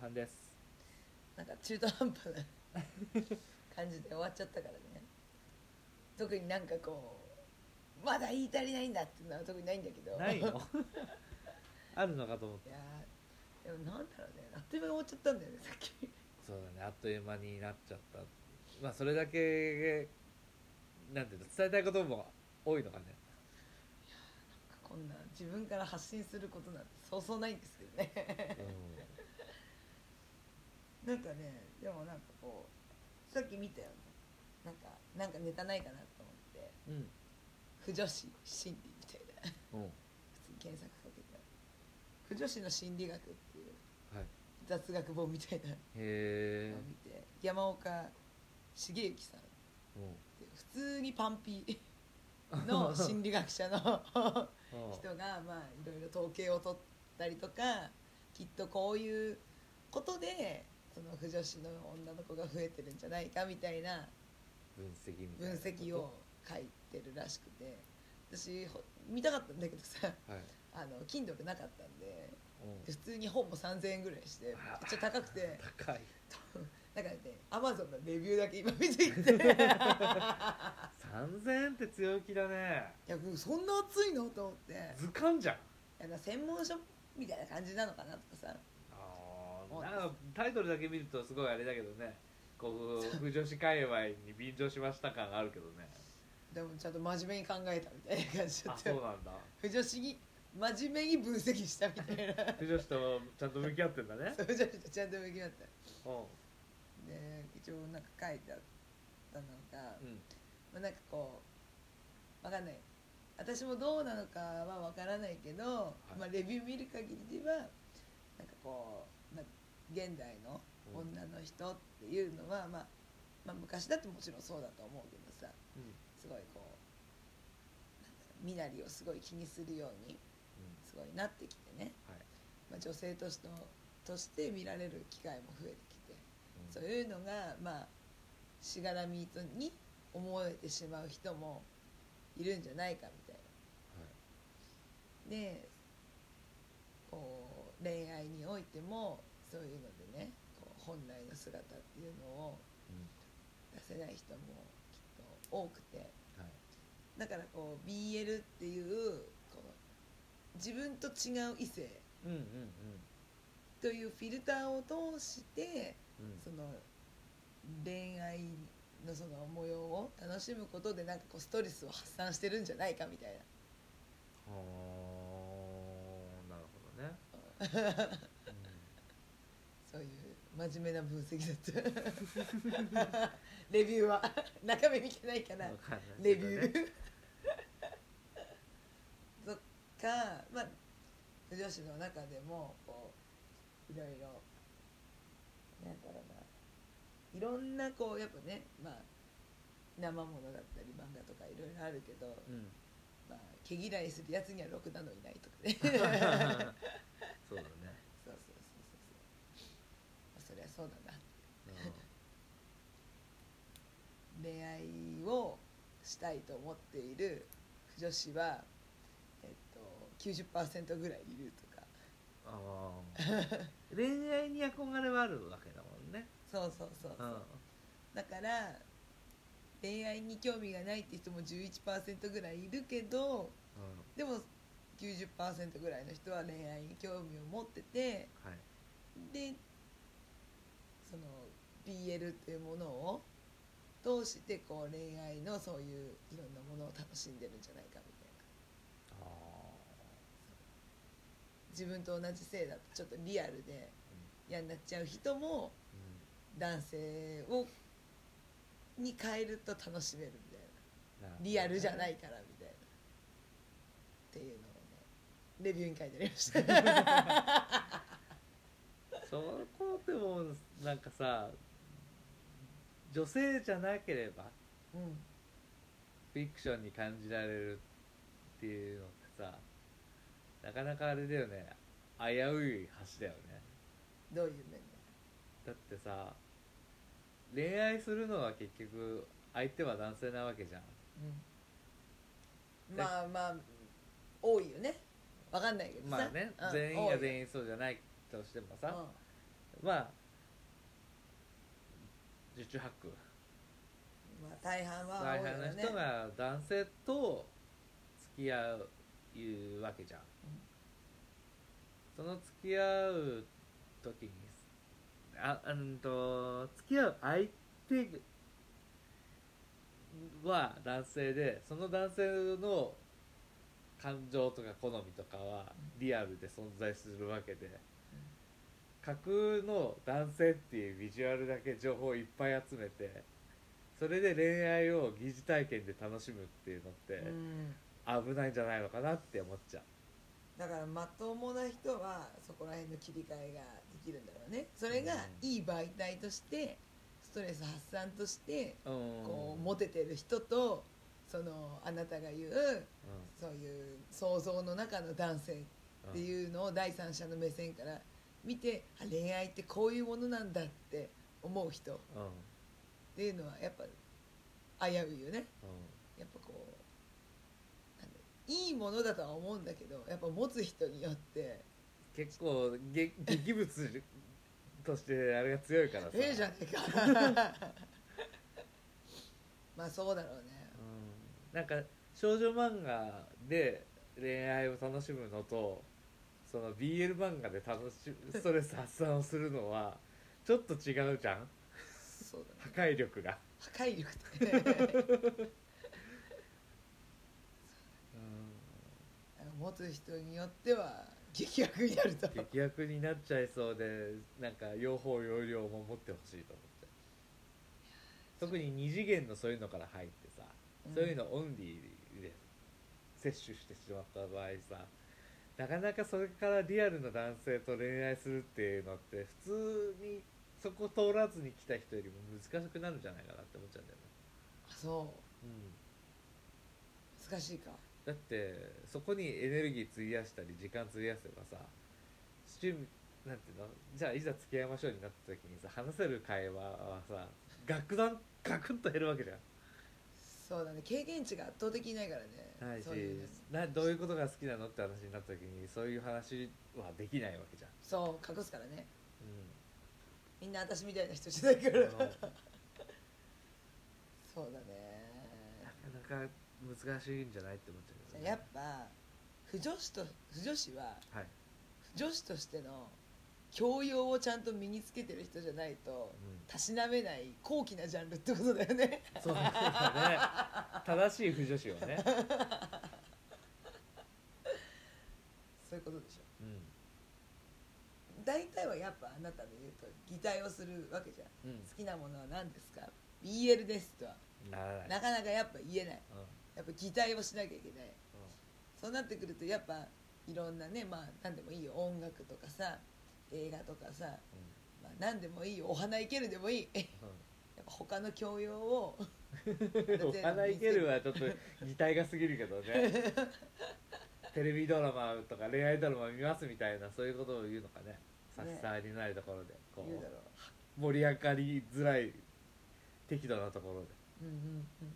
半ですなんか中途半端な感じで終わっちゃったからね特になんかこうまだ言い足りないんだっていうのは特に ないんだけどないの あるのかと思っいたやーでもなんだろうねあっという間に終わっちゃったんだよねさっきそうだねあっという間になっちゃったまあそれだけなんていうの伝えたいことも多いのかねこんな自分から発信することなんてそうそうないんですけどね うなんかねでもなんかこうさっき見たよねなんかなんかネタないかなと思ってんうん「不女子心理」みたいなうんは普通に検索かけたら「不女子の心理学」っていういへ雑学本みたいなのえを見て、山岡茂之さんって普通にパンピの心理学者の人がまあいろいろ統計を取ったりとかきっとこういうことでその不女子の女の子が増えてるんじゃないかみたいな分析みたい分な析を書いてるらしくて私ほ見たかったんだけどさはいあの Kindle なかったんでうん普通に本も3000円ぐらいしてめっあちゃ高くて高いだからねアマゾンのレビューだけ今 見ていってい3000円って強気だねやもうそんな熱いのと思って図鑑じゃんあの専門書みたいな感じなのかなとかさあーなんかタイトルだけ見るとすごいあれだけどねこう不女子界隈に便乗しました感があるけどねでもちゃんと真面目に考えたみたいな感じだあっそたうよなんだ不女子に真面目に分析したみたいな不女子とちゃんと向き合ってんだねそう不女子とちゃんと向き合ったうんで一応なんか書いてあったのが、うんまあ、なんかこうわかんない私もどうなのかはわからないけど、いまあ、レビュー見る限りではなんかこう、まあ、現代の女の人っていうのは、まあ、まあ昔だってもちろんそうだと思うけどさうんすごいこうなんだろう身なりをすごい気にするようにすごいなってきてね、はいまあ、女性としてとして見られる機会も増えてきてうんそういうのがまあしがらみに思えてしまう人もいるんじゃないかみたいな。でこう恋愛においてもそういうのでねこう本来の姿っていうのを出せない人もきっと多くてはいだからこう BL っていうこう自分と違う異性うんうんうんというフィルターを通してうんその恋愛のその模様を楽しむことでなんかこうストレスを発散してるんじゃないかみたいなはあなるほど ねそういう真面目な分析だった レビューは中身見てないかうんらわかんないレけビどねュー そっかまあ女子の中でもこういろいろなんだろうないろんなこうやっぱねまあ生ものだったり漫画とかいろいろあるけど、うんまあ、毛嫌いするやつにはろくなのいないとかねそうそうそうそう そうそうだねそうまあそりゃそうだな恋愛をしたいと思っている女子は、えっと、90%ぐらいいるとかああー恋愛に憧れはあるわけだもんねそうそうそうそうう、んだから恋愛に興味がないって人も11%ぐらいいるけどうんでも90%ぐらいの人は恋愛に興味を持っててはいでその BL っていうものを通してこう恋愛のそういういろんなものを楽しんでるんじゃないかみたいなあ自分と同じ性だとちょっとリアルで嫌になっちゃう人も男性をに変えると楽しめるみたいあ、なリアルじゃいないからみたいなっていうのをねレビューに書いてありました そこでもなんかさ女性じゃなければうんフィクションに感じられるっていうのってさなかなかあれだよね危うい橋だよねどういう面だってさ恋愛するのは結局相手は男性なわけじゃんで、うん、まあまあ多いよねわかんないけどさまあね、うん全員多いがよ全員そうじゃないとしてもさ、うんまあ受注ハックまあ、大半は多大いよ半のね人が男性と付き合ういうわけじゃん、その付き合う時にあうんと付き合う相手は男性でその男性の感情とか好みとかはリアルで存在するわけで、架空の男性っていうビジュアルだけ情報をいっぱい集めてそれで恋愛を疑似体験で楽しむっていうのってうん、危ないんじゃないのかなって思っちゃうだからまともな人はそこら辺の切り替えができるんだろうねそれがいい媒体としてストレス発散としてうんこうモテてる人とそのあなたが言うそういう想像の中の男性うんっていうのを第三者の目線から見てあ恋愛ってこういうものなんだって思う人っうんうんていうのはやっぱ危ういよねやっぱこうなんだいいものだとは思うんだけどやっぱ持つ人によって結構げ 劇物としてあれが強いからさええじゃねえか まあそうだろうねうんなんか少女漫画で恋愛を楽しむのとその BL 漫画で楽しむストレス発散をするのはちょっと違うじゃんそうだね破壊力が、破壊力ってねあの持つ人によっては激悪になると劇薬になっちゃいそうでなんか用法用量も持ってほしいと思って特に二次元のそういうのから入ってさ、うんそういうのオンリーで摂取してしまった場合さなかなかそれからリアルな男性と恋愛するっていうのって普通にそこ通らずに来た人よりも難しくなるんじゃないかなって思っちゃうんだよね、あそう難しいかだってそこにエネルギー費やしたり時間費やせばさ趣味なんていうのじゃあいざ付き合いましょうになった時にさ話せる会話はさ楽団ガクンと減るわけじゃんそうだね経験値が圧倒的にないからねないしそういうのなどういうことが好きなのって話になった時にそういう話はできないわけじゃん、そう隠すからねうみんな私みたいな人じゃないからん、あのそうだなかなか難しいんじゃないって思っちゃうけどねねやっぱ不女子と不女子ははい、不女子としての教養をちゃんと身につけてる人じゃないとうたしなめない高貴なジャンルってことだよね ん、そうそうだね正しい不女子はね、そういうことでしょう大体はやっぱあなたで言うと擬態をするわけじゃんん好きなものは何ですか BL ですとはうん、ならないなかなかやっぱ言えないうんうんやっぱ擬態をしなきゃいけないそうなってくるとやっぱいろんなねまあ何でもいいよ音楽とかさ映画とかさ、まあ、何でもいいよお花いけるでもい いやっうんぱ他の教養 をお花いけるはちょっと擬態が過ぎるけど ねテレビドラマとか恋愛ドラマ見ますみたいなそういうことを言うのかね差し障りのないところでこ言うだろう盛り上がりづらい適度なところでううんうんうん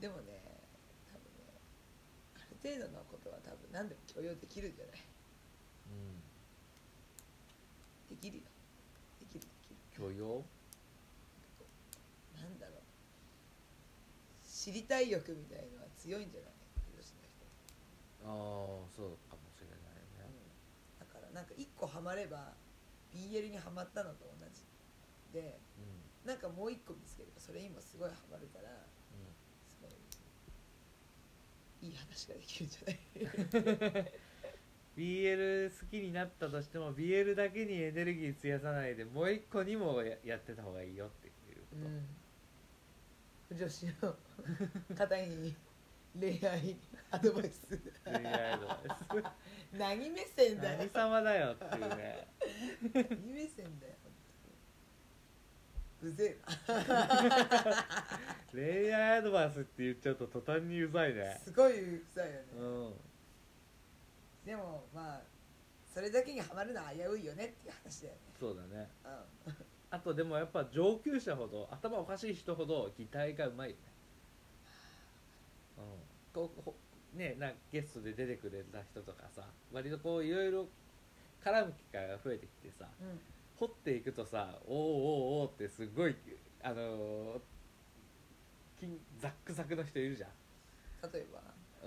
でもね多分ねある程度のことは多分何でも許容できるんじゃないできるよできるできる許容なんだろう知りたい欲みたいのは強いんじゃない女子の人ああそうかもしれないねだからなんか一個ハマれば BL にはまったのと同じでなんかもう一個見つければそれ今すごいハマるからすごいいい話ができるんじゃない BL 好きになったとしても BL だけにエネルギー費やさないでもう一個にもややってた方がいいよっていうこと、うん、女子の方に恋愛アドバイス恋愛の何目線だよ何様だよっていうね何目線だよ本当にうぜえ恋愛アドバイスって言っちゃうと途端にうざいなねすごいうざいよね、うんでもまあそれだけにはまるのは危ういよねっていう話だよねそうだねうんあとでもやっぱ上級者ほど頭おかしい人ほど擬態がうまいよねうんこうほねなんかゲストで出てくれた人とかさ割とこういろいろ絡む機会が増えてきてさうん掘っていくとさおーおーおーってすごいあのー金ザックザクの人いるじゃん例えば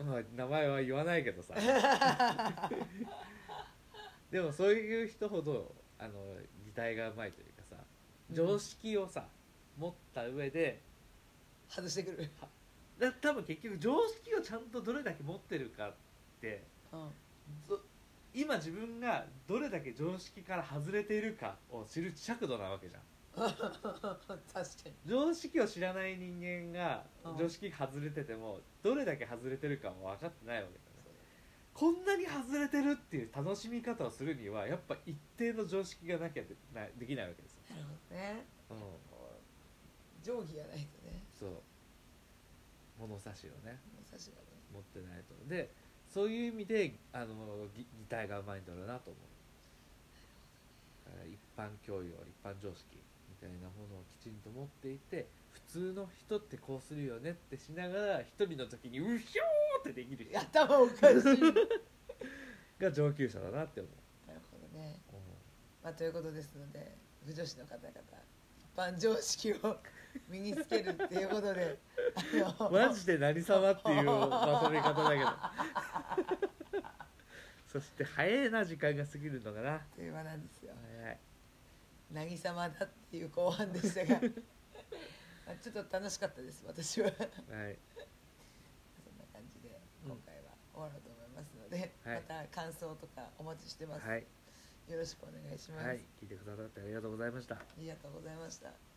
まあ、名前は言わないけどさ でもそういう人ほどあの擬態がうまいというかさ常識をさ、持った上で外してくる、だ多分結局常識をちゃんとどれだけ持ってるかってうん、そ今自分がどれだけ常識から外れているかを知る尺度なわけじゃん 確かに常識を知らない人間がうん常識外れててもどれだけ外れてるかも分かってないわけだねこんなに外れてるっていう楽しみ方をするにはやっぱ一定の常識がなきゃでなできないわけですよ、なるほどねうん、こう定規がないとねそう物差しをね武蔵がね持ってないとでそういう意味であのぎ擬態がうまいんだろうなと思うだから一般教養一般常識みたいなものをきちんと持っていて普通の人ってこうするよねってしながら一人の時にうひょーってできる人頭おかしい なるが上級者だなって思ほどね、う、まあ、ということですので不女子の方々一般常識を 身につけるっていうことであのマジで何様っていうまとめ方だけ どそして早いな時間が過ぎるのかなという場なんですよ早い渚だっていう後半でした がまあちょっと楽しかったです私はそんはいな感じでうん今回は終わろうと思いますので、はいまた感想とかお待ちしてます、はい、よろしくお願いします、はい、聞いてくださってありがとうございましたありがとうございました